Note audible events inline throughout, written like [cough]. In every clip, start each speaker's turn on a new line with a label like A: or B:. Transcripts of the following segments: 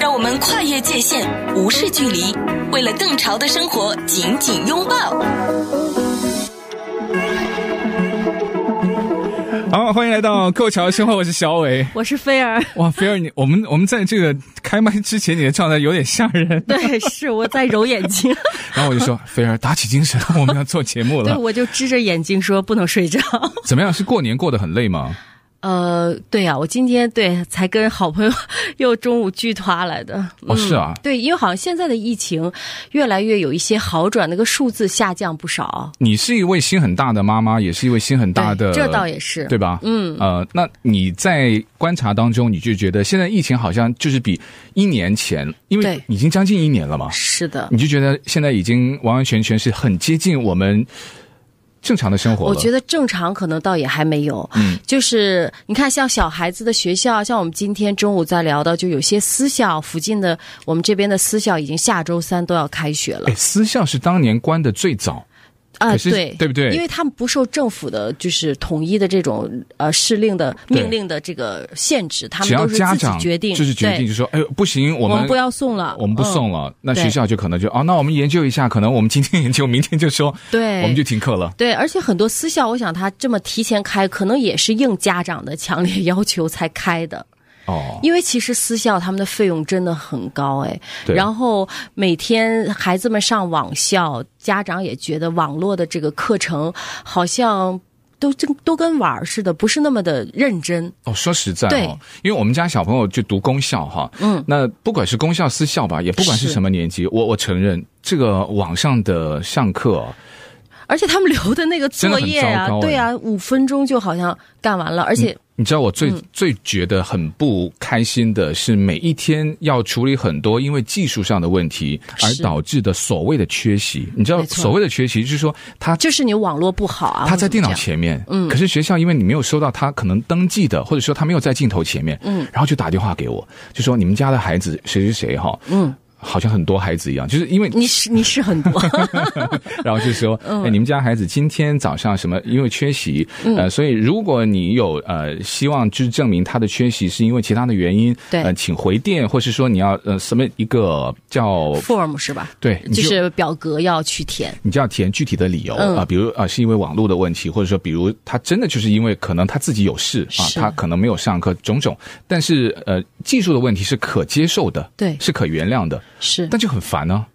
A: 让我们跨越界限，无视距离，为了更潮的生活，紧紧拥抱。
B: 好，欢迎来到《购潮生活》，我是小伟。
C: 我是菲 [laughs] 儿，
B: 哇，菲儿，你我们我们在这个开麦之前，你的状态有点吓人。
C: 对，是我在揉眼 [laughs] 睛，
B: 然后我就说，菲儿，打起精神， [laughs] 我们要做节目
C: 对，
B: 了。
C: 我就支着眼睛说不能睡着。
B: 怎么样？是过年过得很累吗？
C: [laughs] 呃，对呀、我今天对才跟好朋友又中午聚团来的。
B: 哦，是啊，
C: 对，因为好像现在的疫情越来越有一些好转，那个数字下降不少。
B: 你是一位心很大的妈妈，也是一位心很大的，
C: 对这倒也是
B: 对吧？
C: 嗯
B: 呃，那你在观察当中，你就觉得现在疫情好像就是比一年前，因为
C: 对
B: 已经将近一年了嘛，
C: 是的，嗯
B: 你就觉得现在已经完完全全是很接近我们正常的生活了。
C: 我觉得正常可能倒也还没有，
B: 嗯
C: 就是你看，像小孩子的学校，像我们今天中午在聊到，就有些私校附近的，我们这边的私校已经下周三都要开学了
B: 哎，。私校是当年关的最早，
C: 啊、
B: 可是
C: 对，
B: 对不对
C: 因为他们不受政府的，就是统一的这种呃市令的
B: 对
C: 命令的这个限制，他
B: 只
C: 们
B: 要
C: 都是
B: 家
C: 自己
B: 长
C: 决定，
B: 就是决定，就
C: 对
B: 说，哎呦，不行，我
C: 我
B: 们
C: 们不要送了，
B: 我们不
C: 嗯
B: 送了，那
C: 对
B: 学校就可能就哦，那我们研究一下，可能我们今天研究，明天
C: [laughs]
B: 就说，
C: 对
B: 我们就停课了。
C: 对，而且很多私校，我想他这么提前开，可能也是应家长的强烈要求才开的。
B: 哦，
C: 因为其实私校他们的费用真的很高哎，
B: 对
C: 然后每天孩子们上网校，家长也觉得网络的这个课程好像都真都跟玩儿似的，不是那么的认真。
B: 哦，说实在
C: 对
B: 哦，因为我们家小朋友就读公校哈，
C: 嗯，
B: 那不管是公校私校吧，也不管是
C: 是
B: 什么年级，我我承认这个网上的上课哦，
C: 而且他们留的那个
B: 真的
C: 作
B: 很
C: 业
B: 糟
C: 啊
B: 糕哎，嗯
C: 对啊，五分钟就好像干完了，而且
B: 你知道我
C: 嗯
B: 最、最觉得很不开心的是，每一天要处理很多因为技术上的问题而
C: 是
B: 导致的所谓的缺席。你知道，
C: 没错
B: 所谓的缺席就是说他
C: 就是你网络不好啊。
B: 他在电脑
C: 或者怎么样
B: 前面，嗯，可是学校因为你没有收到他可能登记的，或者说他没有在镜头前面，嗯，然后就打电话给我，就说你们家的孩子谁谁谁哈，嗯，好像很多孩子一样，就是因为
C: 你是你是很
B: [laughs]
C: 多，
B: 然后就说，
C: 嗯
B: 哎，你们家孩子今天早上什么因为缺席，呃，所以如果你有呃希望就是证明他的缺席是因为其他的原因，
C: 对
B: 呃，请回电，或是说你要呃什么一个叫
C: form 是吧？
B: 对，你
C: 就是表格要去填。
B: 你就要填具体的理由啊、
C: 嗯
B: 比如啊、是因为网络的问题，或者说比如他真的就是因为可能他自己有事啊，
C: 是
B: 他可能没有上课，种种。但是呃，技术的问题是可接受的，
C: 对
B: 是可原谅的，
C: 是，
B: 但就很烦啊呢、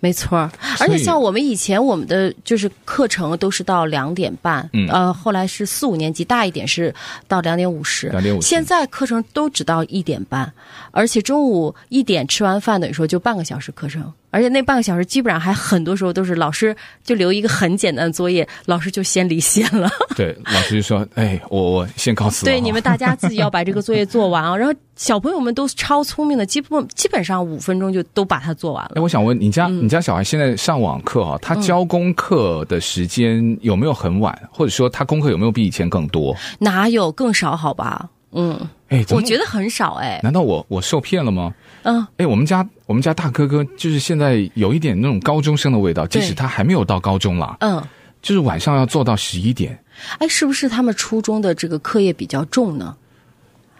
C: 没错儿，
B: 所
C: 而
B: 以
C: 且像我们以前我们的就是课程都是到两点半，
B: 嗯
C: 呃，后来是四五年级大一点是到两点五十，
B: 2:50
C: 现在课程都只到一点半，而且中午一点吃完饭等于说就半个小时课程，而且那半个小时基本上还很多时候都是老师就留一个很简单的作业，老师就先离线了，
B: 对，老师就说，哎，我我先告
C: [laughs]
B: 辞了啊。
C: 对，你们大家自己要把这个作业做完啊，然后小朋友们都超聪明的，基本基本上五分钟就都把它做完了。
B: 哎，我想问你家、
C: 嗯
B: 你家小孩现在上网课啊，他交功课的时间有没有很晚，或者说他功课有没有比以前更多？
C: 哪有更少好吧？嗯，
B: 哎，怎么
C: 我觉得很少哎，
B: 难道我我受骗了吗？
C: 嗯，
B: 哎，我们家我们家大哥哥就是现在有一点那种高中生的味道，即
C: 对
B: 使他还没有到高中啦，
C: 嗯，
B: 就是晚上要做到十一点，
C: 哎，是不是他们初中的这个课业比较重呢？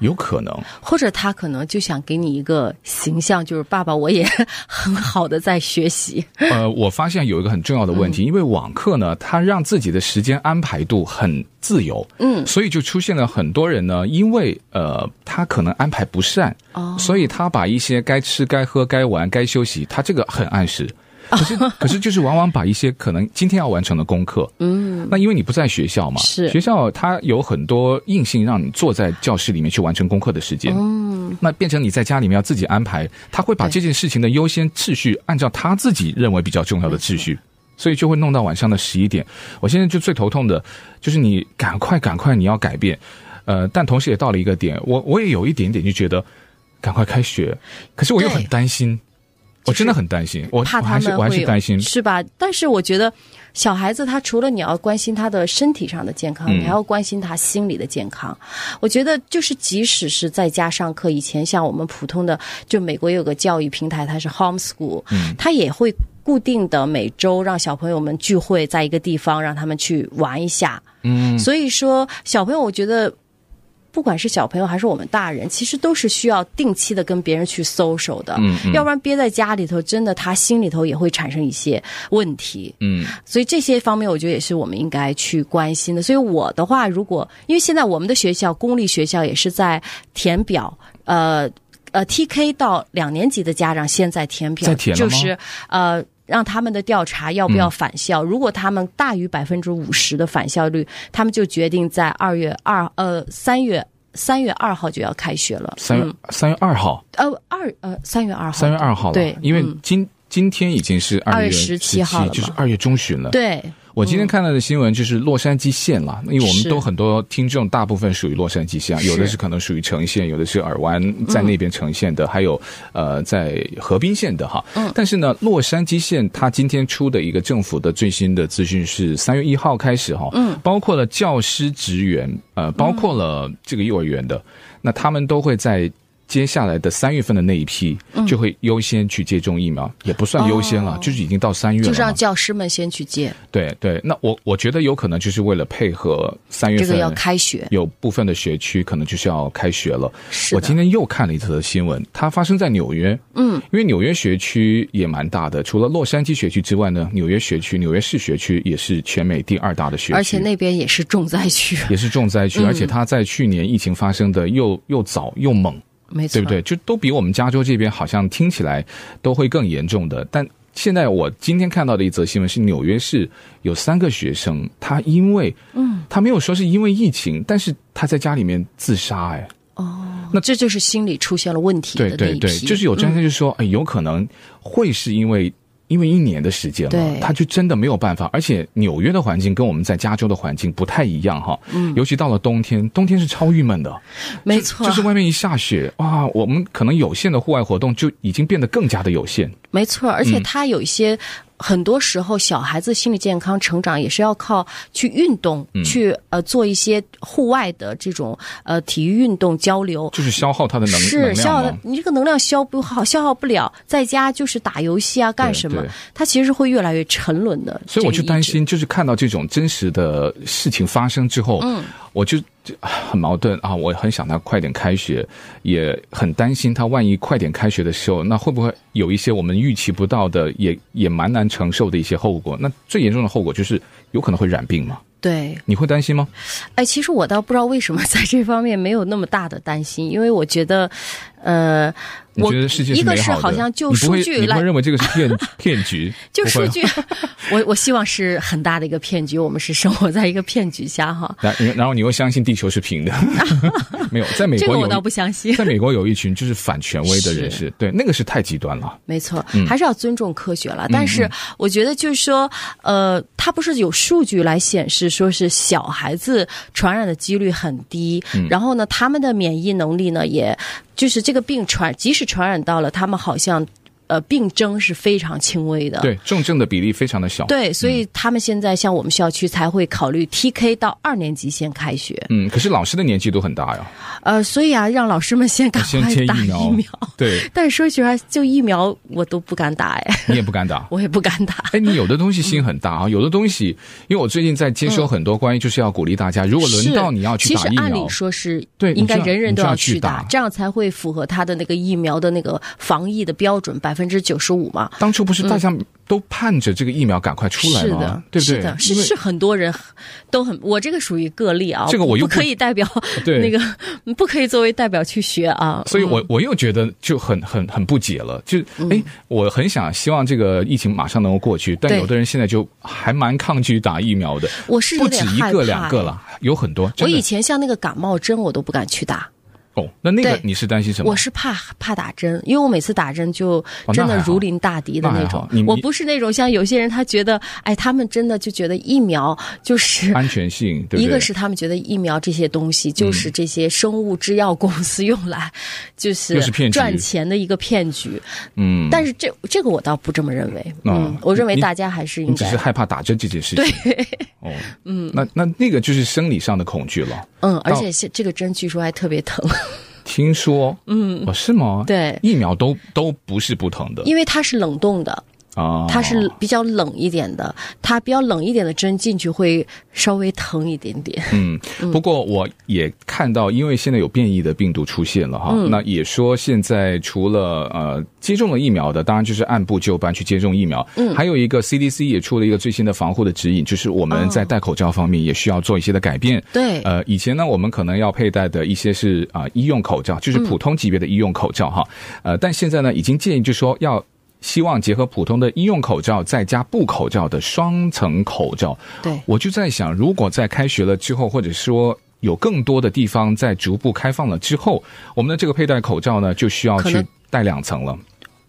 B: 有可能。
C: 或者他可能就想给你一个形象，就是爸爸我也 [laughs] 很好的在学习。
B: 呃，我发现有一个很重要的问
C: 嗯
B: 题，因为网课呢，它让自己的时间安排度很自由，
C: 嗯，
B: 所以就出现了很多人呢，因为呃，他可能安排不善，
C: 哦
B: 所以他把一些该吃、该喝、该玩、该休息，他这个很按时。可是，可是就是往往把一些可能今天要完成的功课，嗯，那因为你不在学校嘛，
C: 是
B: 学校它有很多硬性让你坐在教室里面去完成功课的时间，嗯，那变成你在家里面要自己安排，他会把
C: 对
B: 这件事情的优先秩序按照他自己认为比较重要的秩序，所以就会弄到晚上的十一点。我现在就最头痛的就是你赶快赶快你要改变，呃，但同时也到了一个点，我我也有一点点就觉得，赶快开学，可是我又很担心，我真的很担心，我
C: 怕
B: 我
C: 他
B: 还是
C: 们
B: 我还
C: 会
B: 是
C: 有
B: 担心，
C: 是吧？但是我觉得小孩子他除了你要关心他的身体上的健康，
B: 嗯
C: 你还要关心他心理的健康。我觉得就是即使是在家上课，以前像我们普通的，就美国有个教育平台，它是 homeschool，它
B: 嗯
C: 也会固定的每周让小朋友们聚会在一个地方，让他们去玩一下。
B: 嗯，
C: 所以说，小朋友，我觉得。不管是小朋友还是我们大人，其实都是需要定期的跟别人去 social 的，
B: 嗯嗯
C: 要不然憋在家里头，真的他心里头也会产生一些问题。
B: 嗯
C: 所以这些方面，我觉得也是我们应该去关心的。所以我的话，如果因为现在我们的学校公立学校也是在填表，呃呃，TK 到两年级的家长现在填表，
B: 在填了
C: 就
B: 吗
C: 是呃。让他们的调查要不要返校，如果他们大于百分之五十的返校率，他们就决定在二月二呃三月三月二号就要开学了。
B: 三月
C: 嗯、
B: 三月二号，
C: 呃二呃三月二号
B: 三月二号了，
C: 对
B: 因为
C: 嗯
B: 今今天已经是
C: 2
B: 二
C: 月
B: 七
C: 17号了
B: 就是
C: 嘛
B: 二月中旬了，
C: 对
B: 我今天看到的新闻就是洛杉矶县啦，因为我们都很多听众大部分属于洛杉矶县，
C: 嗯是
B: 有的是可能属于城县，有的是尔湾在那边呈现的，还有
C: 嗯
B: 呃在河滨县的哈。但是呢，洛杉矶县它今天出的一个政府的最新的资讯是三月一号开始哈，
C: 嗯
B: 包括了教师职员，呃，包括了这个幼儿园的，那他们都会在。接下来的三月份的那一批就会优先去接种疫苗，也不算优先了，
C: 嗯哦
B: 就是已经到三月了嘛。
C: 就是让教师们先去接，
B: 对对，那我我觉得有可能就是为了配合三月
C: 这
B: 份
C: 个要开学。
B: 有部分的学区可能就是要开学了。
C: 是
B: 我
C: 的
B: 今天又看了一则新闻，它发生在纽约。嗯，因为纽约学区也蛮大的，除了洛杉矶学区之外呢，纽约学区、纽约市学区也是全美第二大的学区，
C: 而且那嗯边也是重灾区， [laughs]
B: 也是重灾区，而且它在去年疫情发生的又又早又猛。
C: 没错，
B: 对不对？？就都比我们加州这边好像听起来都会更严重的。但现在我今天看到的一则新闻是，纽约市有三个学生，他因为嗯，他没有说是因为疫情，但是他在家里面自杀，哎，
C: 那这就是心理出现了问题的
B: 对
C: 那
B: 对
C: 一批
B: 对，就是有专家就说，哎，有可能会是因为。因为一年的时间了
C: 对，
B: 他就真的没有办法。而且纽约的环境跟我们在加州的环境不太一样哈，嗯、尤其到了冬天，冬天是超郁闷的。
C: 没错，
B: 就是外面一下雪，哇，我们可能有限的户外活动就已经变得更加的有限。
C: 没错，而
B: 嗯
C: 且他有一些。很多时候，小孩子心理健康成长也是要靠去运动，
B: 嗯
C: 去呃做一些户外的这种呃体育运动交流，
B: 就是消耗他的能能
C: 是消
B: 量
C: 耗
B: 吗？
C: 你这个能量消不好，消耗不了，在家就是打游戏啊，干什么
B: 对，
C: 他其实会越来越沉沦的。
B: 所以我
C: 这
B: 就
C: 个意
B: 担
C: 志，
B: 心，就是看到这种真实的事情发生之后，嗯，我就就啊很矛盾啊，我很想他快点开学，也很担心他万一快点开学的时候，那会不会有一些我们预期不到的，也也蛮难承受的一些后果？那最严重的后果就是有可能会染病嘛？
C: 对，
B: 你会担心吗？
C: 哎，其实我倒不知道为什么在这方面没有那么大的担心，因为我觉得，呃，
B: 你
C: 我
B: 觉得世界
C: 一
B: 是
C: 个
B: 美
C: 是
B: 好的？
C: 好像就
B: 你不
C: 数
B: 会
C: 据
B: 你不
C: 来
B: 会认为这个是骗 [laughs] 骗局？
C: [laughs] 就
B: 不会
C: 数
B: 啊
C: 据， [laughs] 我我希望是很大的一个骗局，我们是生活在一个骗局下哈。
B: [laughs] 然然后你又相信地球是平的， [laughs] 没有，在美
C: 这
B: 国
C: 个
B: 有
C: 我
B: 一
C: 倒不相信
B: 在美国有一群就是反权威的人
C: 是
B: 士，对，那个是太极端了。
C: 没错，
B: 嗯
C: 还是要尊重科学了。但是我觉得就是说，呃，它不是有数据来显示说是小孩子传染的几率很低，
B: 嗯
C: 然后呢，他们的免疫能力呢，也就是这个病传，即使传染到了，他们好像呃病征是非常轻微的。
B: 对，重症的比例非常的小。，
C: 对，所以他们现在像我们校区才会考虑 TK 到二年级先开学，
B: 嗯，可是老师的年纪都很大呀，
C: 呃，所以啊，让老师们先赶
B: 先
C: 快
B: 接
C: 打疫
B: 苗，
C: 哦
B: 对
C: 但是说实话，就疫苗我都不敢打，哎，
B: 你也不敢打。
C: 我也不敢打。
B: 哎，你有的东西心很大啊，有的东西，因为我最近在接收很多关于就是要鼓励大家，如果轮到你要去打
C: 嗯
B: 疫
C: 是其实按理
B: 苗，
C: 说是
B: 对
C: 应该
B: 你就要
C: 人人都
B: 你就要去
C: 去
B: 打
C: 这样才会符合他的那个疫苗的那个防疫的标准百分之九十五嘛。
B: 当初不是大家都盼着这个疫苗赶快出来
C: 嗯是的
B: 吗？，对不对？
C: 是的，是
B: 因为
C: 是很多人都很，我这个属于个例啊，
B: 这个我又
C: 不
B: 不
C: 可以代表
B: [laughs] 对
C: 那个，不可以作为代表去学啊。
B: 所以我我又觉得就很很很不解了，就
C: 嗯
B: 哎，我很想希望这个疫情马上能够过去，但
C: 对
B: 有的人现在就还蛮抗拒打疫苗的，
C: 我是有
B: 不止
C: 点
B: 一
C: 害怕
B: 个两个了，有很多。
C: 我
B: 真的
C: 以前像那个感冒针，我都不敢去打。
B: 哦，那那个
C: 对
B: 你是担心什么？
C: 我是怕怕打针，因为我每次打针就真
B: 哦那
C: 的
B: 还好
C: 如临大敌的
B: 那还
C: 种
B: 好。你
C: 我
B: 你
C: 不是那种像有些人他觉得，哎，他们真的就觉得疫苗就是
B: 安全性，对不对？嗯
C: 一个是他们觉得疫苗这些东西就是这些生物制药公司用
B: [laughs]
C: 来就
B: 又
C: 是
B: 是骗局
C: 赚钱的一个骗局，
B: 嗯，
C: 但是这这个我倒不这么认为，
B: 哦
C: 嗯，我认为
B: 你
C: 大家还是应
B: 你只
C: 该
B: 是害怕打针这件事情。对，
C: [laughs]
B: 哦，嗯，那那那个就是生理上的恐惧了。
C: 嗯，而
B: 到
C: 且现这个针据说还特别疼， [laughs]
B: 听说，嗯，哦，是吗？
C: 对
B: 疫苗都都不是不疼的
C: 因为它是冷冻的，
B: 啊，
C: 它是比较冷一点的，它比较冷一点的针进去会稍微疼一点点。
B: 嗯，不过我也看到，因为现在有变异的病毒出现了哈，那也说现在除了呃接种了疫苗的，当然就是按部就班去接种疫苗，嗯，还有一个 CDC 也出了一个最新的防护的指引，就是我们在戴口罩方面也需要做一些的改变。
C: 对
B: 呃，以前呢，我们可能要佩戴的一些是啊、医用口罩，就是普通级别的医用口罩哈，呃，但现在呢，已经建议就说要。希望结合普通的医用口罩再加布口罩的双层口罩，
C: 对，
B: 我就在想，如果在开学了之后，或者说有更多的地方在逐步开放了之后，我们的这个佩戴口罩呢，就需要
C: 可
B: 去
C: 能
B: 戴两层了。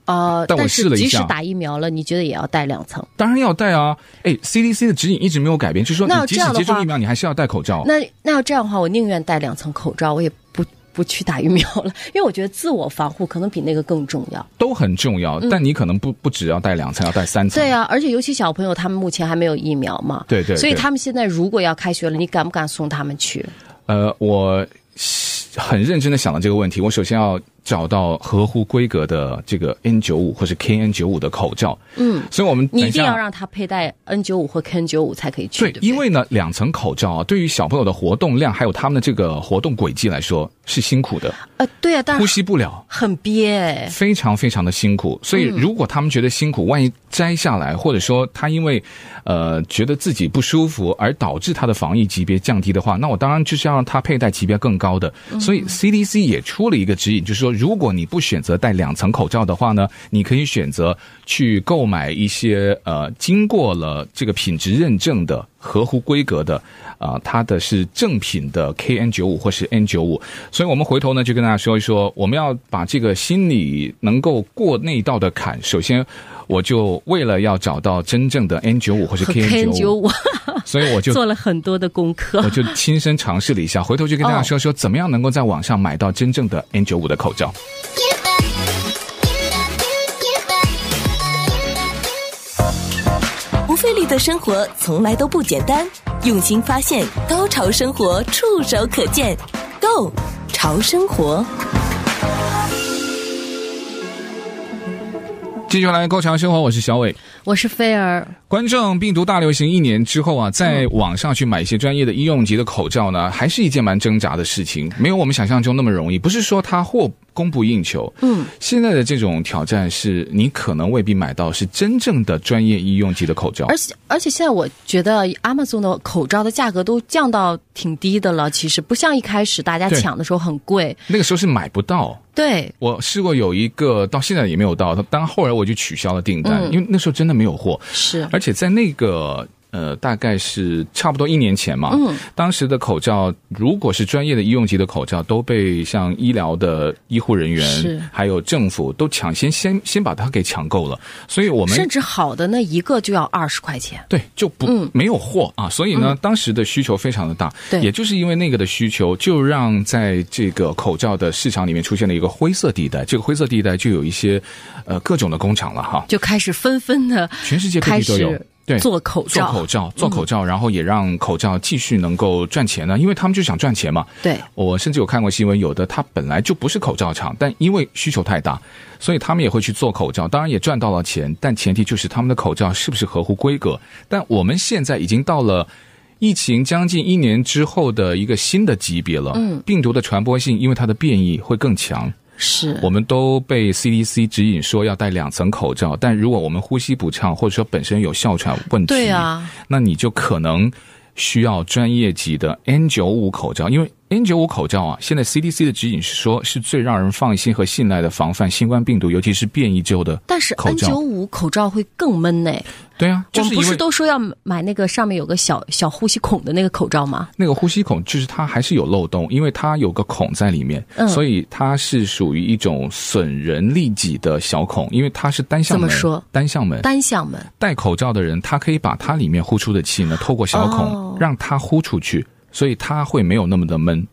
C: 呃，
B: 但我
C: 是
B: 试了一
C: 即使
B: 下
C: 打疫苗了，你觉得也要戴两层？
B: 当然要戴啊！哎，CDC 的指引一直没有改变，就是说
C: 那
B: 你即
C: 这样
B: 使
C: 的
B: 接种
C: 话
B: 疫苗，你还是要戴口罩。
C: 那那要这样的话，我宁愿戴两层口罩，我也不不去打疫苗了，因为我觉得自我防护可能比那个更重要。
B: 都很重要，但你可能不不只要戴两层，要戴三层。
C: 嗯对啊，而且尤其小朋友，他们目前还没有疫苗嘛，
B: 对对对
C: 所以他们现在如果要开学了，你敢不敢送他们去？
B: 呃，我很认真的想了这个问题。我首先要找到合乎规格的这个 N 九五或是 KN 九五的口罩。嗯，所以我们
C: 你
B: 等
C: 一定
B: 下
C: 要让他佩戴 N 9 5或 KN 9 5才可以去，对不对，
B: 因为呢，两层口罩啊，对于小朋友的活动量还有他们的这个活动轨迹来说是辛苦的，
C: 呃，对啊，但
B: 呼
C: 是
B: 吸不了，
C: 很憋、哎
B: 非常非常的辛苦。所以
C: 嗯
B: 如果他们觉得辛苦，万一摘下来，或者说他因为呃觉得自己不舒服而导致他的防疫级别降低的话，那我当然就是要让他佩戴级别更高的。
C: 嗯
B: 所以 CDC 也出了一个指引，就是说，如果你不选择戴两层口罩的话呢，你可以选择去购买一些呃经过了这个品质认证的。合乎规格的，啊、它的是正品的 KN 九五或是 N 九五，所以我们回头呢就跟大家说一说，我们要把这个心理能够过那一道的坎。首先，我就为了要找到真正的 N 九五或是
C: 和 KN
B: KN 九五，
C: 9
B: 所以我 [laughs]
C: 5
B: 就
C: [laughs] 做了很多的功课
B: 我。就亲身尝试了一下，回头就跟大家说说怎么样能够在网上买到真正的 N 九五的口罩。
A: 不费力的生活从来都不简单，用心发现，高潮生活触手可见 g o 潮生活。
B: 继续来高潮生活，我是小伟。
C: 我是菲儿，
B: 冠状病毒大流行一年之后啊，在网上去买一些专业的医用级的口罩呢，还是一件蛮挣扎的事情，没有我们想象中那么容易。不是说它货供不应求，嗯，现在的这种挑战是你可能未必买到是真正的专业医用级的口罩
C: 而。且而且现在我觉得 Amazon 的口罩的价格都降到挺低的了，其实不像一开始大家
B: 对
C: 抢的时候很贵。
B: 那个时候是买不到，
C: 对，
B: 我试过有一个到现在也没有到，但后来我就取消了订单，因为那时候真的没有货。
C: 是
B: 而且在那个呃，大概是差不多一年前嘛，嗯，当时的口罩，如果是专业的医用级的口罩，都被像医疗的医护人
C: 是
B: 员，还有政府都抢先先先把它给抢购了，所以我们
C: 甚至好的那一个就要二十块钱。
B: 对，就不、没有货啊，所以呢，当时的需求非常的大，
C: 嗯对
B: 也就是因为那个的需求，就让在这个口罩的市场里面出现了一个灰色地带，这个灰色地带就有一些呃各种的工厂了哈，
C: 就开始纷纷的，
B: 全世界各
C: 开
B: 地都有
C: 始。
B: 对，
C: 做口
B: 做
C: 罩，
B: 口罩，做口罩，然后也让口罩继续能够赚钱呢，因为他们就想赚钱嘛。
C: 对，
B: 我甚至有看过新闻，有的它本来就不是口罩厂，但因为需求太大，所以他们也会去做口罩，当然也赚到了钱，但前提就是他们的口罩是不是合乎规格。但我们现在已经到了。疫情将近一年之后的一个新的级别了，嗯，病毒的传播性因为它的变异会更
C: 嗯
B: 强，
C: 是
B: 我们都被 CDC 指引说要戴两层口罩，但如果我们呼吸不畅，或者说本身有哮喘问题，
C: 对啊，
B: 那你就可能需要专业级的 N 9 5口罩，因为 N95 口罩啊，现在 CDC 的指引是说是最让人放心和信赖的防范新冠病毒，尤其是变异之后的
C: 但是
B: 口
C: N
B: 罩。
C: 九五口罩会更闷呢、
B: 对啊，就
C: 我们
B: 是
C: 不
B: 因
C: 是
B: 为
C: 都说要买那个上面有个小小呼吸孔的那个口罩吗？
B: 那个呼吸孔就是它还是有漏洞，因为它有个孔在里面，
C: 嗯
B: 所以它是属于一种损人利己的小孔，因为它是单向
C: 怎么
B: 门，
C: 说
B: 单向门。
C: 单向门
B: 戴口罩的人，他可以把他里面呼出的气呢，透过小孔、
C: 哦
B: 让它呼出去，所以它会没有那么的闷。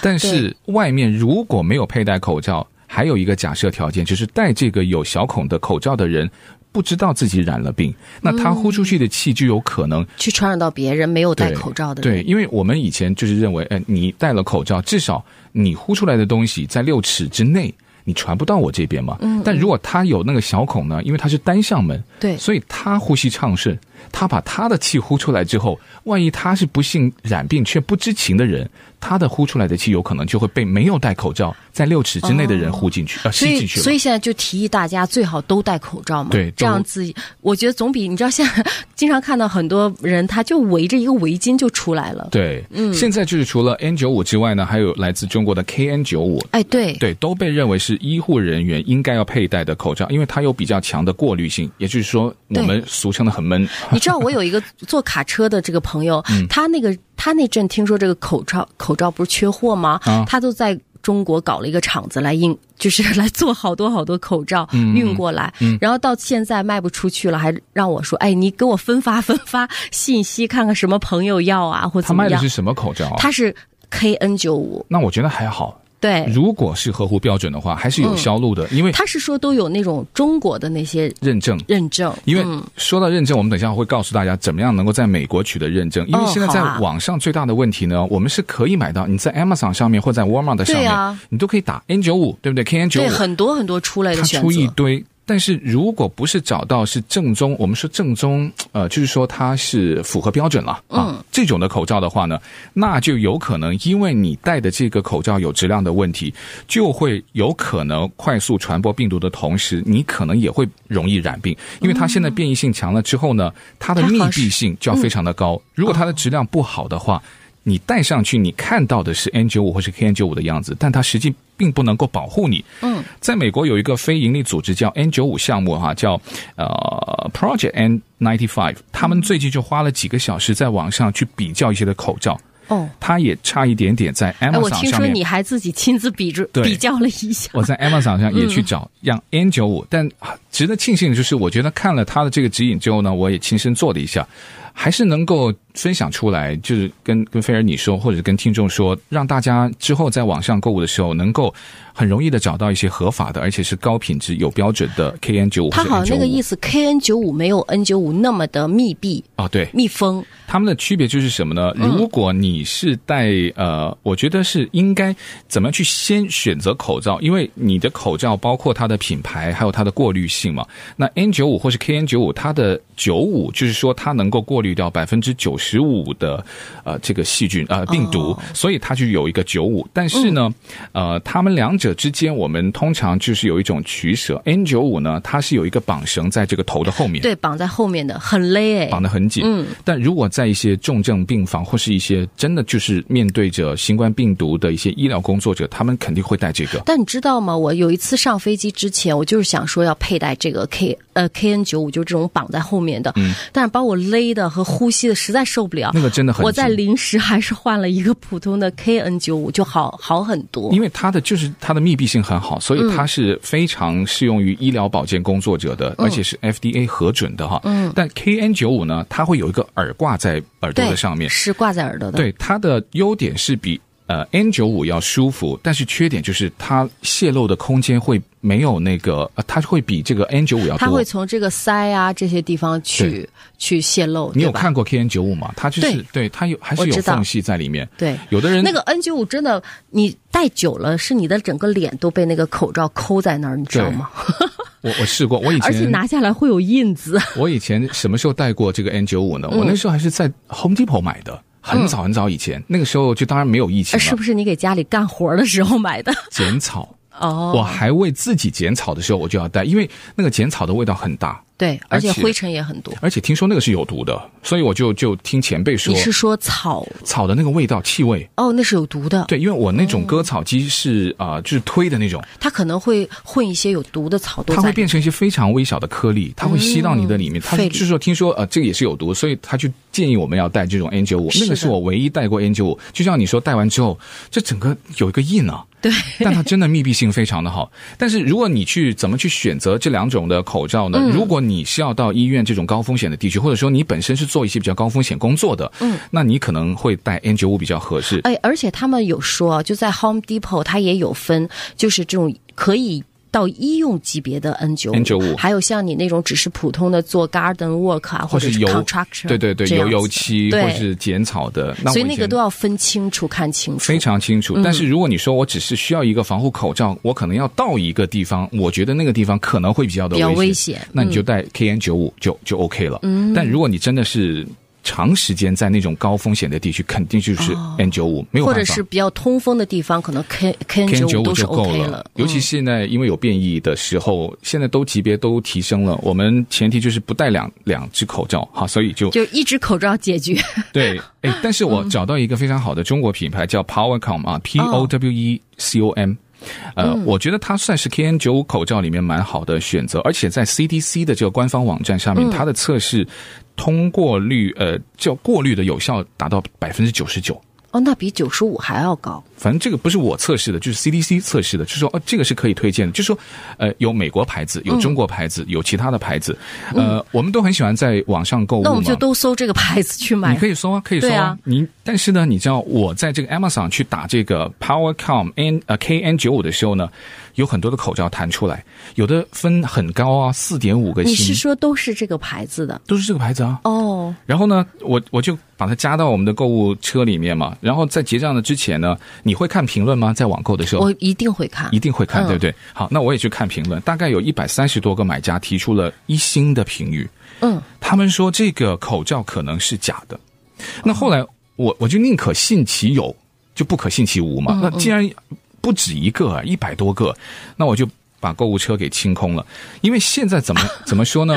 B: 但是外面如果没有佩戴口罩，还有一个假设条件，就是戴这个有小孔的口罩的人不知道自己染了病，那他呼出去的气就有可能
C: 去传染到别人没有戴
B: 对
C: 口罩的人。
B: 对，因为我们以前就是认为，哎，你戴了口罩，至少你呼出来的东西在六尺之内，你传不到我这边嘛。嗯但如果它有那个小孔呢，因为它是单向门，
C: 对
B: 所以它呼吸畅顺，它把它的气呼出来之后，万一他是不幸染病却不知情的人，他的呼出来的气有可能就会被没有戴口罩在六尺之内的人呼进去，呃，
C: 哦所
B: 吸
C: 以，
B: 进去了。
C: 所以现在就提议大家最好都戴口罩嘛。
B: 对都
C: 这样子，我觉得总比你知道现在经常看到很多人他就围着一个围巾就出来了。
B: 对，嗯，现在就是除了 N 九五之外呢，还有来自中国的 KN 九五，
C: 哎，对，
B: 对，都被认为是医护人员应该要佩戴的口罩，因为它有比较强的过滤性，也就是说我
C: 对
B: 们俗称的很闷。
C: 你知道我有一个坐卡车的这个
B: [laughs]
C: 朋友，
B: 嗯
C: 他那个他那阵听说这个口罩口罩不是缺货吗？
B: 啊
C: 他都在中国搞了一个厂子来印， [laughs] 就是来做好多好多口罩、
B: 嗯
C: 运过来，然后到现在卖不出去了，还让我说，哎，你给我分发分发信息，看看什么朋友要啊，或
B: 他
C: 怎
B: 卖
C: 么
B: 的
C: 样
B: 是？什么口罩啊？
C: 他是 KN 九五，
B: 那我觉得还好，
C: 对，嗯
B: 如果是合乎标准的话，还是有销路的，因为
C: 他是说都有那种中国的那些
B: 认证。
C: 认证，
B: 因为
C: 嗯
B: 说到认证，我们等一下会告诉大家怎么样能够在美国取得认证。因为
C: 哦
B: 现在在
C: 好啊
B: 网上最大的问题呢，我们是可以买到，你在 Amazon 上面或在 Walmart 上
C: 对
B: 面，
C: 啊
B: 你都可以打 N 九五，对不对？KN 九
C: 对
B: 五
C: 很多很多出来
B: 他
C: 的选
B: 出一
C: 择，
B: 堆。但是如果不是找到是正宗，我们说正宗，呃，就是说它是符合标准了啊、
C: 嗯
B: 这种的口罩的话呢，那就有可能因为你戴的这个口罩有质量的问题，就会有可能快速传播病毒的同时，你可能也会容易染病，因为它现在变异性强了之后呢，它的
C: 它
B: 密
C: 合适
B: 闭性就要非常的高。
C: 嗯
B: 如果它的质量不好的话，你戴上去，你看到的是 N 九五或是 KN 九五的样子，但它实际并不能够保护你。
C: 嗯，
B: 在美国有一个非营利组织叫 N 九五项目哈、叫呃 Project N ninety five，他们最近就花了几个小时在网上去比较一些的口罩，
C: 哦。
B: 它也差一点点在
C: 哎，我
B: Amazon
C: 听
B: 上
C: 说
B: 面。
C: 你还自己亲自比着
B: 对
C: 比较了一下，
B: 我在 Amazon
C: 嗯
B: 上也去找让 N 九五，但啊值得庆幸的就是，我觉得看了他的这个指引之后呢，我也亲身做了一下，还是能够分享出来，就是跟跟菲儿你说，或者跟听众说，让大家之后在网上购物的时候，能够很容易的找到一些合法的，而且是高品质、有标准的 KN 九五。
C: 它好像那个意
B: 思
C: 思，KN 九五没有 N 九五那么的密闭
B: 哦，对，
C: 密封，
B: 他们的区别就是什么呢？如果你是戴呃，我觉得是应该怎么去先选择口罩，因为你的口罩包括它的品牌，还有它的过滤性嘛。那 N 九五或是 KN 九五，它的九五就是说它能够过滤掉百分之九十五的呃这个细菌呃病毒，所以它就有一个九五。但是呢，呃，它们两者之间，我们通常就是有一种取舍。N 九五呢，它是有一个绑绳在这个头的后面。
C: 对，绑在后面的很勒
B: 绑
C: 哎。
B: 得很紧。
C: 嗯，
B: 但如果在一些重症病房或是一些真的就是面对着新冠病毒的一些医疗工作者，他们肯定会带这个。
C: 但你知道吗？我有一次上飞机之前，我就是想说要佩戴这个 K 呃 KN 九五，就是这种绑在后面的，
B: 嗯
C: 但是把我勒的和呼吸的实在受不了。
B: 那个真的很紧
C: 我在临时还是换了一个普通的 KN 九五，就好好很多。
B: 因为它的就是它的密闭性很好，所以它是非常适用于医疗保健工作者的，
C: 嗯
B: 而且是 FDA 核准的哈。嗯，但 KN 九五呢，它会有一个耳挂在耳朵
C: 对
B: 的上面，
C: 是挂在耳朵的。
B: 对，它的优点是比呃 N 九五要舒服，但是缺点就是它泄露的空间会没有那个，呃、它会比这个 N 九五要多。
C: 它会从这个腮啊这些地方去
B: 对
C: 去泄露，
B: 你有
C: 对吧
B: 看过 KN 九五吗？它就是对它有还是
C: 我
B: 有
C: 知道
B: 缝隙在里面。
C: 对。
B: 有的人
C: 那个 N 9 5真的，你戴久了，是你的整个脸都被那个口罩抠在那儿，你知道吗？
B: 我我试过，我以
C: 而且
B: 前
C: 拿下来会有印子。
B: 我以前什么时候戴过这个 N 九五呢？
C: 嗯
B: 我那时候还是在 Home Depot 买的，很早很早以前，那个时候就当然没有疫情
C: 啊 [laughs] 是
B: 了，
C: 不是你给家里干活的时候买的？ [laughs]
B: 剪草。我
C: 哦，
B: 还为自己剪草的时候，我就要戴，因为那个剪草的味道很大，
C: 对，而且
B: 而且
C: 灰尘也很多。
B: 而且听说那个是有毒的，所以我就就听前辈说
C: 你，是说草？
B: 草的那个味道气味。
C: 哦，那是有毒的。，
B: 对，因为我那
C: 哦
B: 种割草机是啊、呃就是推的那种，
C: 它可能会混一些有毒的草都
B: 它
C: 在
B: 会
C: 里面。
B: 变成一些非常微小的颗粒，它会吸到你
C: 嗯
B: 的里面。它
C: 肺里
B: 就是说，听说呃，这个也是有毒，所以他就建议我们要戴这种 N 9 5
C: 是的
B: 那个是我唯一戴过 N 9 5就像你说，戴完之后，这整个有一个印啊。
C: [laughs] 对，
B: 但它真的密闭性非常的好。但是如果你去怎么去选择这两种的口罩
C: 嗯
B: 呢？如果你是要到医院这种高风险的地区，或者说你本身是做一些比较高风险工作的，嗯，那你可能会戴 N 9 5比较合适。
C: 哎，而且他们有说，就在 Home Depot 它也有分，就是这种可以。到医用级别的 N 九
B: N95
C: 还有像你那种只是普通的做 garden work 啊，
B: 或
C: 者
B: 是
C: 是
B: 油
C: contractor，
B: 对对对，
C: 这样
B: 油
C: 子
B: 油漆
C: 对
B: 或是剪草的，那
C: 所以
B: 我以
C: 那个
B: 前
C: 都要分清楚、看清楚
B: 非。常清
C: 嗯
B: 楚。但是如果你说我只是需要一个防护口罩，我可能要到一个地方，我觉得那个地方可能会比较的
C: 比较
B: 危
C: 危
B: 险
C: 险，嗯
B: 那你就戴 KN 九五就就 OK 了。嗯，但如果你真的是长时间在那种高风险的地区，肯定就是 N 九五，没有
C: 哦或
B: 办
C: 者
B: 法。
C: 是比较通风的地方，可能 K K N
B: KN 九
C: 五
B: 五
C: 都是
B: 就够
C: OK
B: 了，尤其
C: 嗯
B: 现在因为有变异的时候，现在都级别都提升了。我们前提就是不戴两两只口罩哈，所以就
C: 就一只口罩解决。 [laughs]
B: 对，哎，但是
C: 嗯
B: 我找到一个非常好的中国品牌叫 Powercom
C: 哦
B: 啊，P O W E C O M。呃，
C: 嗯
B: 我觉得它算是 KN 九五口罩里面蛮好的选择，而且在 CDC 的这个官方网站上
C: 嗯
B: 面，它的测试通过率呃叫过滤的有效达到百分之九十九。
C: 哦，那比九十五还要高。
B: 反正这个不是我测试的，就是 CDC 测试的，就说哦，这个是可以推荐的，就说呃有美国牌子，
C: 嗯
B: 有中国牌子，有其他的牌子，呃，我们都很喜欢在网上购物嘛，
C: 那我们就都搜这个牌子去买
B: 你可。以搜啊，可以搜
C: 对啊
B: 你但是呢，你知道我在这个 Amazon 去打这个 Powercom N 呃 KN 九五的时候呢，有很多的口罩弹出来，有的分很高啊，四点五个
C: 你是
B: 星，
C: 说都是这个牌子的？
B: 都是这个牌子啊。
C: 哦，
B: 然后呢，我我就把它加到我们的购物车里面嘛。然后在结账的之前呢，你会看评论吗？在网购的时候
C: 我，一定会看
B: 哦一。定会看，
C: 嗯
B: 对不对？好，那我也去看评论，大概有一百三十多个买家提出了一星的评语。
C: 嗯，
B: 他们说这个口罩可能是假的。那后来我我就宁可信其有，就不可信其无
C: 嗯
B: 嘛。那既然不止一个啊，一百多个，那我就把购物车给清空了。因为现在怎
C: [laughs]
B: 么怎么说呢？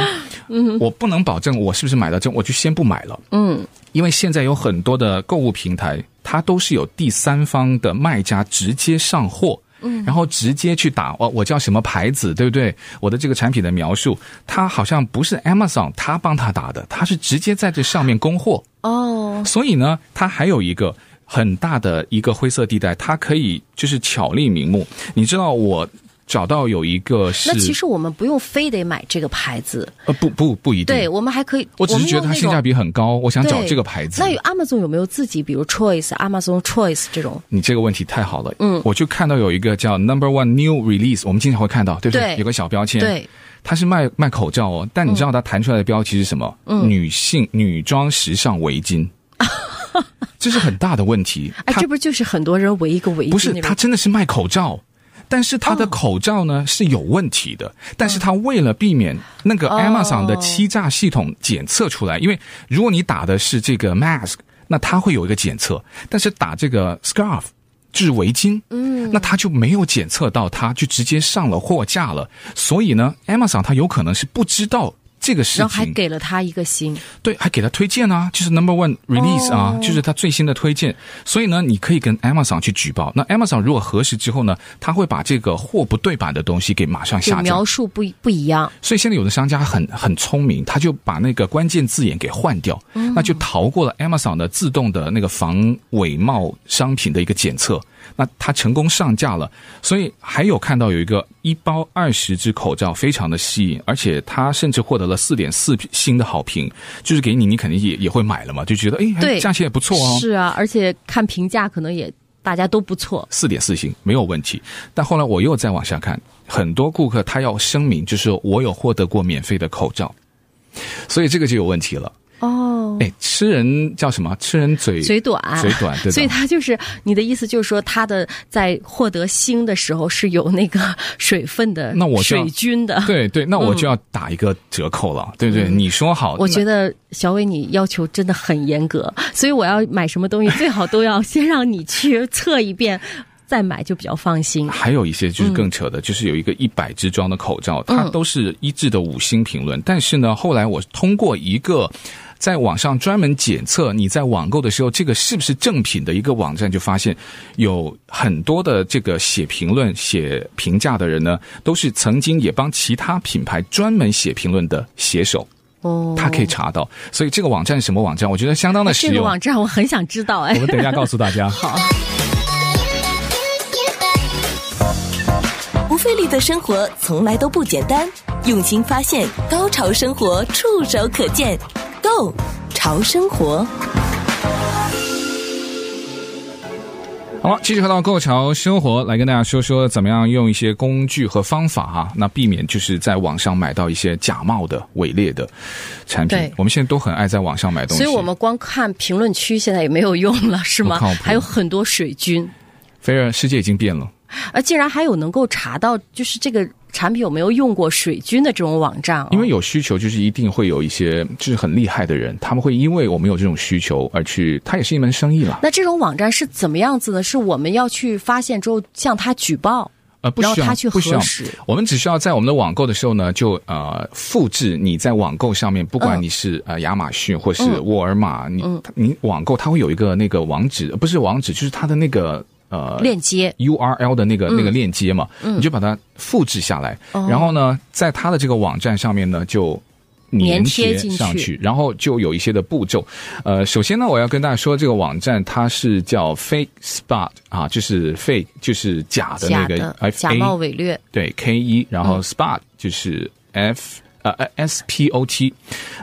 B: 我不能保证我是不是买到这，我就先不买了。
C: 嗯，
B: 因为现在有很多的购物平台，它都是有第三方的卖家直接上货。嗯，然后直接去打哦我我叫什么牌子，对不对？我的这个产品的描述，它好像不是 Amazon 他帮他打的，他是直接在这上面供货。
C: 哦，
B: 所以呢，它还有一个很大的一个灰色地带，它可以就是巧立名目。你知道我找到有一个是
C: 那其实我们不用非得买这个牌子，
B: 呃不不不一定，
C: 对我们还可以。
B: 我只是
C: 们
B: 觉得
C: 用
B: 它
C: 那
B: 性价
C: 种
B: 比很高，我想找
C: 对
B: 这个牌子。
C: 那有 Amazon 有没有自己，比如 Choice、Amazon Choice 这种？
B: 你这个问题太好了，嗯，我就看到有一个叫 Number One New Release，我们经常会看到，对不
C: 对
B: 有个小标签，
C: 对，
B: 它是卖卖口罩哦，但你知道它弹出来的标题是什么？
C: 嗯
B: 女性女装时尚围
C: [laughs]
B: 巾，这是很大的问题。
C: 哎，
B: 它
C: 这不就是很多人围一个围巾
B: 不是
C: 那哦种
B: 它真的是卖口罩，但是它的口罩呢、是有问题的，但是它为了避免那
C: 哦
B: 个 Amazon 的欺诈系统检测出来，因为如果你打的是这个 mask，那它会有一个检测，但是打这个 scarf。就是围巾，嗯，那它就没有检测到它，就直接上了货架了。所以呢，Amazon 它有可能是不知道这个事情，
C: 然后还给了他一个星，
B: 对，还给他推荐啊，就是 number one release 啊，就是他最新的推荐。所以呢，你可以跟 Amazon 去举报。那 Amazon 如果核实之后呢，他会把这个货不对版的东西给马上
C: 就
B: 下架
C: 描。述不一不一样。
B: 所以现在有的商家很很聪明，他就把那个关键字眼给换掉，那就逃过了 Amazon 的自动的那个防伪冒商品的一个检测。那它成功上架了，所以还有看到有一个一包二十只口罩，非常的吸引，而且它甚至获得了四点四星的好评，就是给你，你肯定也也会买了嘛，就觉得哎，
C: 对
B: 价钱也不错哦，
C: 是啊，而且看评价可能也大家都不错。
B: 四点四星没有问题。但后来我又再往下看，很多顾客他要声明，就是我有获得过免费的口罩，所以这个就有问题了。
C: 哦，
B: 哎，吃人叫什么？吃人嘴
C: 嘴短，
B: 嘴短对的
C: 所以他就是你的意思，就是说他的在获得星的时候是有那个水分的，
B: 那我就要
C: 水军的。
B: 对对，那我就要打一个折扣了，对不对？你说好，
C: 嗯我觉
B: 得
C: 得小伟你要求真的很严格，所以我要买什么东西最好都要先让你去测一遍。再买就比较放心。
B: 还有一些
C: 嗯
B: 就是更扯的，就是有一个一百支装的口罩，它都是一致的五星评论。但是呢，后来我通过一个在网上专门检测你在网购的时候这个是不是正品的一个网站，就发现有很多的这个写评论、写评价的人呢，都是曾经也帮其他品牌专门写评论的写手。
C: 哦，
B: 他可以查到，所以这个网站是什么网站？我觉得相当的实
C: 这个
B: 用。
C: 网站我很想知道哎
B: 我。们等一下告诉大家。好，
A: 不费力的生活从来都不简单，用心发现，高潮生活触手可见 g o 潮生活，
B: 好了，继续回到购潮生活，来跟大家说说怎么样用一些工具和方法哈、那避免就是在网上买到一些假冒的、伪劣的产品
C: 对。
B: 我们现在都很爱在网上买东西，
C: 所以我们光看评论区现在也没有用了，是吗
B: 不靠？谱
C: 还有很多水军，
B: 菲儿世界已经变了。
C: 而竟然还有能够查到就是这个产品有没有用过水军的这种网站、哦，
B: 因为有需求，就是一定会有一些就是很厉害的人，他们会因为我们有这种需求而去，它也是一门生意啦。
C: 那这种网站是怎么样子呢？是我们要去发现之后向他举报，
B: 呃，不
C: 然后
B: 需要，
C: 他去
B: 不需要
C: 核实。
B: 我们只需要在我们的网购的时候呢，就呃复制你在网购上面，不管
C: 嗯
B: 你是、呃亚马逊或是沃尔玛，你、它你网购它会有一个那个网址，呃不是网址，就是它的那个呃
C: 链嗯接。
B: URL 的那个、那个链接嘛，你就把它复制下来，
C: 哦
B: 然后呢，在它的这个网站上面呢就。粘
C: 粘
B: 贴
C: 贴进去
B: 上去，然后就有一些的步骤。呃，首先呢，我要跟大家说，这个网站它是叫 Fake Spot 啊，就是 fake 就是假的那
C: 假
B: 个
C: 的
B: F
C: 假
B: A
C: 冒伪劣，
B: 对 K 一，然后 Spot 就是 F、呃 S P O T。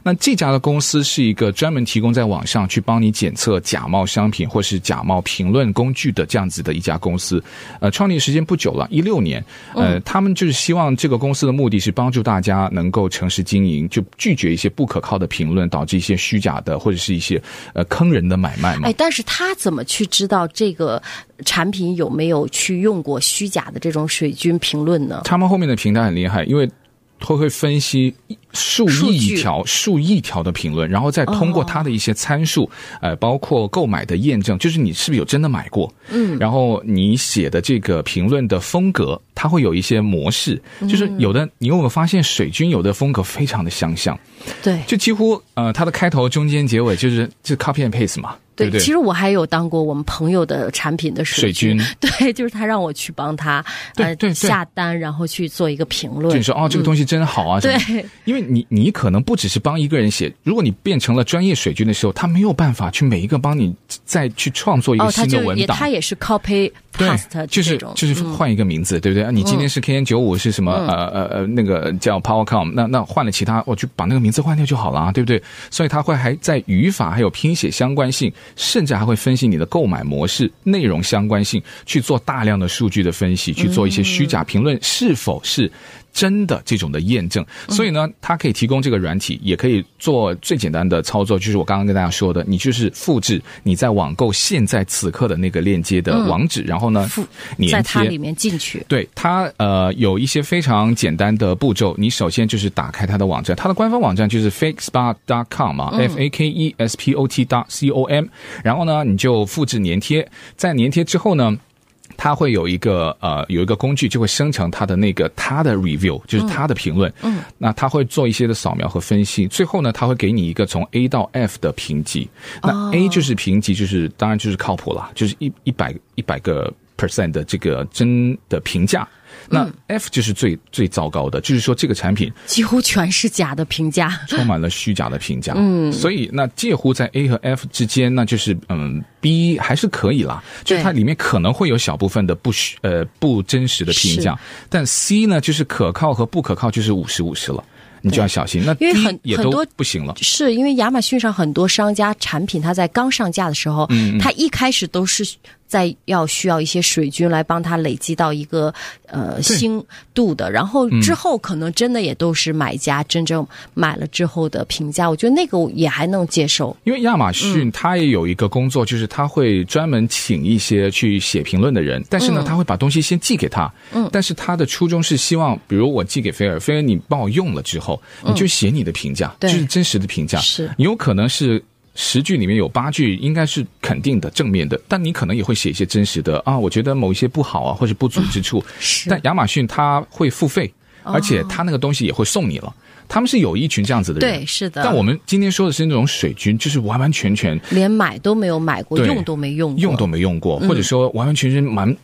B: 那这家的公司是一个专门提供在网上去帮你检测假冒商品或是假冒评论工具的这样子的一家公司。呃，创立时间不久了，一六年。呃，他们就是希望这个公司的目的是帮助大家能够诚实经营，就拒绝一些不可靠的评论，导致一些虚假的或者是一些呃坑人的买卖嘛
C: 哎，。但是他怎么去知道这个产品有没有去用过虚假的这种水军评论呢？
B: 他们后面的平台很厉害，因为他会分析数
C: 数
B: 亿
C: 据
B: 条、数亿条的评论，然后再通过他的一些参数，呃，包括购买的验证，就是你是不是有真的买过，嗯，然后你写的这个评论的风格，它会有一些模式，
C: 嗯
B: 就是有的你有没有发现水军有的风格非常的相像，
C: 对
B: 就几乎呃它的开头、中间、结尾就是就是 copy and paste 嘛，对不对？
C: 其实我还有当过我们朋友的产品的
B: 水军
C: 军， [laughs] 对，就是他让我去帮他
B: 对对对
C: 呃下单，然后去做一个评
B: 就
C: 论
B: 你。说哦，这个东西真好啊！什么
C: 嗯对，
B: 因为你你可能不只是帮一个人写，如果你变成了专业水军的时候，他没有办法去每一个帮你再去创作一
C: 哦
B: 个，
C: 他
B: 新的
C: 就
B: 文
C: 也
B: 档。
C: 他也是 copy
B: 对
C: past，
B: 就是
C: 这种
B: 就是换一个名字，对不对？啊，你今天是 KN 九五是什么？呃呃呃，那个叫 PowerCom，那那换了其他，我就把那个名字换掉就好了啊，对不对？所以他会还在语法还有拼写相关性，甚至还会分析你的购买模式、内容相关性，去做大量的数据的分析，去做一些虚假评论是否是。真的这种的验证，所以呢，它可以提供这个软体，也可以做最简单的操作，就是我刚刚跟大家说的，你就是复制你在网购现在此刻的那个链接的网址，然后呢
C: 附，在
B: 粘
C: 它
B: 贴
C: 里。面进去。
B: 对它，呃，有一些非常简单的步骤。你首先就是打开它的网站，它的官方网站就是 fakespot.com 嘛、f
C: 嗯
B: A K E S P O T dot C O M。然后呢，你就复制粘贴，在粘贴之后呢，它会有一个呃有一个工具就会生成它的那个它的 review，就是它的评论。嗯，那它会做一些的扫描和分析，最后呢，它会给你一个从 A 到 F 的评级。那 A 就是评级，就是当然就是靠谱啦，就是一一百一百个 percent 的这个真的评价。那 F 就是最最糟糕的，就是说这个产品
C: 几乎全是假的评价。
B: 充满了虚假的评价。嗯，所以那介乎在 A 和 F 之间，那就是嗯 B 还是可以啦，就是
C: 对
B: 它里面可能会有小部分的不虚呃不真实的评价，但 C 呢就是可靠和不可靠就是五十五十了，你就要小心。那
C: 因为
B: D
C: 很
B: 也
C: 很
B: 都
C: 多
B: 不行了。
C: 是因为亚马逊上很多商家产品，它在刚上架的时候，
B: 嗯
C: 它一开始都是在要需要一些水军来帮它累积到一个呃星度的，然后之后可能真的也都是买家真正买了之后的评价，我觉得那个也还能接受。
B: 因为亚马
C: 嗯
B: 逊它也有一个工作，就是他会专门请一些去写评论的人，但
C: 嗯
B: 是呢，他会把东西先寄给他。嗯，但是他的初衷是希望，比如我寄给菲尔，菲尔你帮我用了之后，你就写你的评价，就
C: 嗯对
B: 是真实的评价。
C: 是
B: 你有可能是。十句里面有八句应该是肯定的、正面的，但你可能也会写一些真实的啊，我觉得某一些不好啊，或者不足之处。
C: 嗯是哦
B: 但亚马逊它会付费，而且它那个东西也会送你了。他们是有一群这样子的人，
C: 对是的
B: 但我们今天说的是那种水军，就是完完全全
C: 连买都没有买过，
B: 对
C: 用都没用过，
B: 用都没用过，或者说完完全全蛮。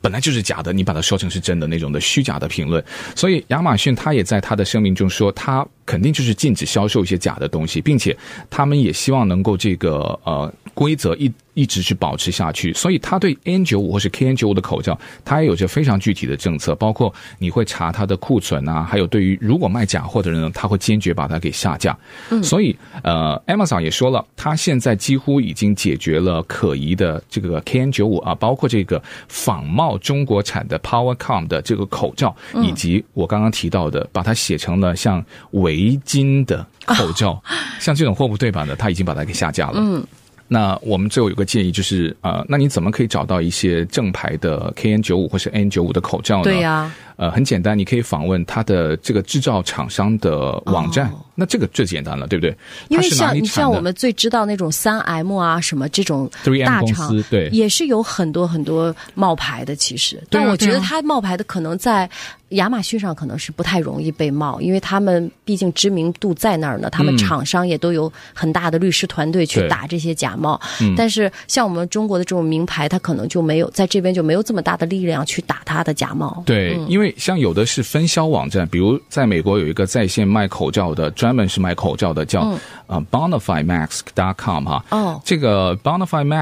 B: 本来就是假的，你把它说成是真的那种的虚假的评论，所以亚马逊它也在它的声明中说，它肯定就是禁止销售一些假的东西，并且他们也希望能够这个呃规则一一直去保持下去，所以它对 N 九五或是 KN 九五的口罩，它也有着非常具体的政策，包括你会查它的库存啊，还有对于如果卖假货的人呢，他会坚决把它给下架。
C: 嗯
B: 所以呃，Amazon 也说了，它现在几乎已经解决了可疑的这个 KN 九五啊，包括这个仿冒中国产的 PowerCom 的这个口罩，
C: 嗯
B: 以及我刚刚提到的，把它写成了像围巾的口罩，
C: 啊
B: 像这种货不对版的，它已经把它给下架了。嗯。那我们最后有个建议就是，呃，那你怎么可以找到一些正牌的 KN 九五或是 N 九五的口罩呢？
C: 对呀
B: 呃，很简单，你可以访问它的这个制造厂商的网站，那这个最简单了，对不对？
C: 哦因为
B: 它是哪
C: 像
B: 里
C: 你
B: 产
C: 像
B: 的
C: 我们最知道那种三 M 啊什么这种
B: 3M
C: 大
B: 公
C: 厂
B: 司，对
C: 也是有很多很多冒牌的。其实，
B: 对啊
C: 但我觉
B: 对
C: 得
B: 啊
C: 它冒牌的可能在亚马逊上可能是不太容易被冒，因为他们毕竟知名度在那儿呢，他们
B: 嗯
C: 厂商也都有很大的律师团队去
B: 对嗯
C: 打这些假冒。但是像我们中国的这种名牌，它可能就没有在这边就没有这么大的力量去打它的假冒。
B: 对，因为像有的是分销网站，比如在美国有一个在线卖口罩的，专门是卖口罩的，叫呃 bonafidemask.com 哈。
C: 嗯哦
B: 这个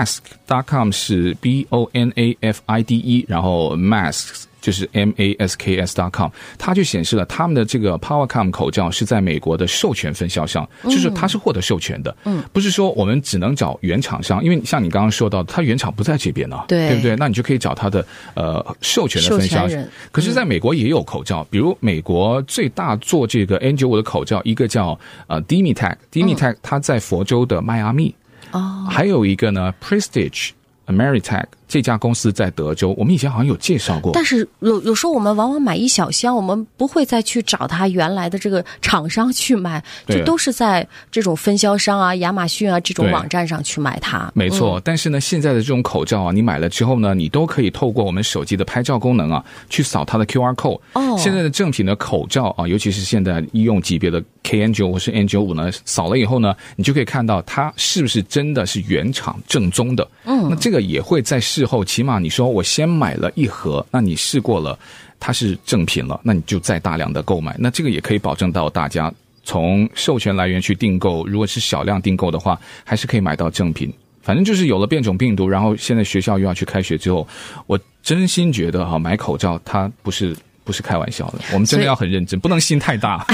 B: bonafidemask.com 是 b o n a f i d e，然后 masks 就是 m a s k s.com，它就显示了他们的这个 PowerCom 口罩是在美国的授权分销商，
C: 嗯
B: 就是它是获得授权的，嗯，不是说我们只能找原厂商，因为像你刚刚说到的，它原厂不在这边呢、
C: 对
B: 对不对？那你就可以找它的呃授权的分
C: 授
B: 销
C: 权人
B: 可是，在美国也有口罩，
C: 嗯
B: 比如美国最大做这个 N 九五的口罩，一个叫呃 Dimitech，Dimitech 它在佛州的迈阿密，
C: 嗯哦，
B: 还有一个呢 Prestige Ameritech 这家公司在德州，我们以前好像有介绍过。
C: 但是有有时候我们往往买一小箱，我们不会再去找他原来的这个厂商去买，
B: 对
C: 就都是在这种分销商啊、亚马逊啊这种
B: 对
C: 网站上去买它。
B: 没错，但是呢，现在的这种口罩啊，你买了之后呢，你都可以透过我们手机的拍照功能啊，去扫它的 QR code。
C: 哦
B: 现在的正品的口罩啊，尤其是现在医用级别的 KN 九或是 N 九五呢，扫了以后呢，你就可以看到它是不是真的是原厂正宗的。嗯，那这个也会在事后，起码你说我先买了一盒，那你试过了，它是正品了，那你就再大量的购买，那这个也可以保证到大家。从授权来源去订购，如果是少量订购的话，还是可以买到正品。反正就是有了变种病毒，然后现在学校又要去开学之后，我真心觉得哈、买口罩它不是不是开玩笑的，我们真
C: 所以
B: 的要很认真，不能心太大。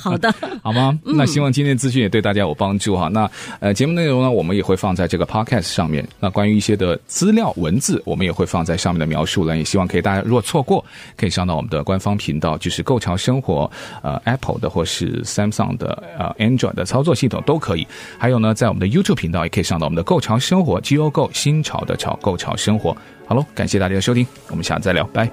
C: 好的，
B: [laughs] 好吗？那希望今天的资讯也对大家有帮助哈。那呃，节目内容呢，我们也会放在这个 podcast 上面。那关于一些的资料文字，我们也会放在上面的描述栏，也希望可以大家如果错过，可以上到我们的官方频道，就是“购潮生活”呃 Apple 的或是 Samsung 的呃 Android 的操作系统都可以。还有呢，在我们的 YouTube 频道也可以上到我们的“购潮生活 ”G O 购新潮的潮购潮生活。好喽，感谢大家的收听，我们下次再聊，拜。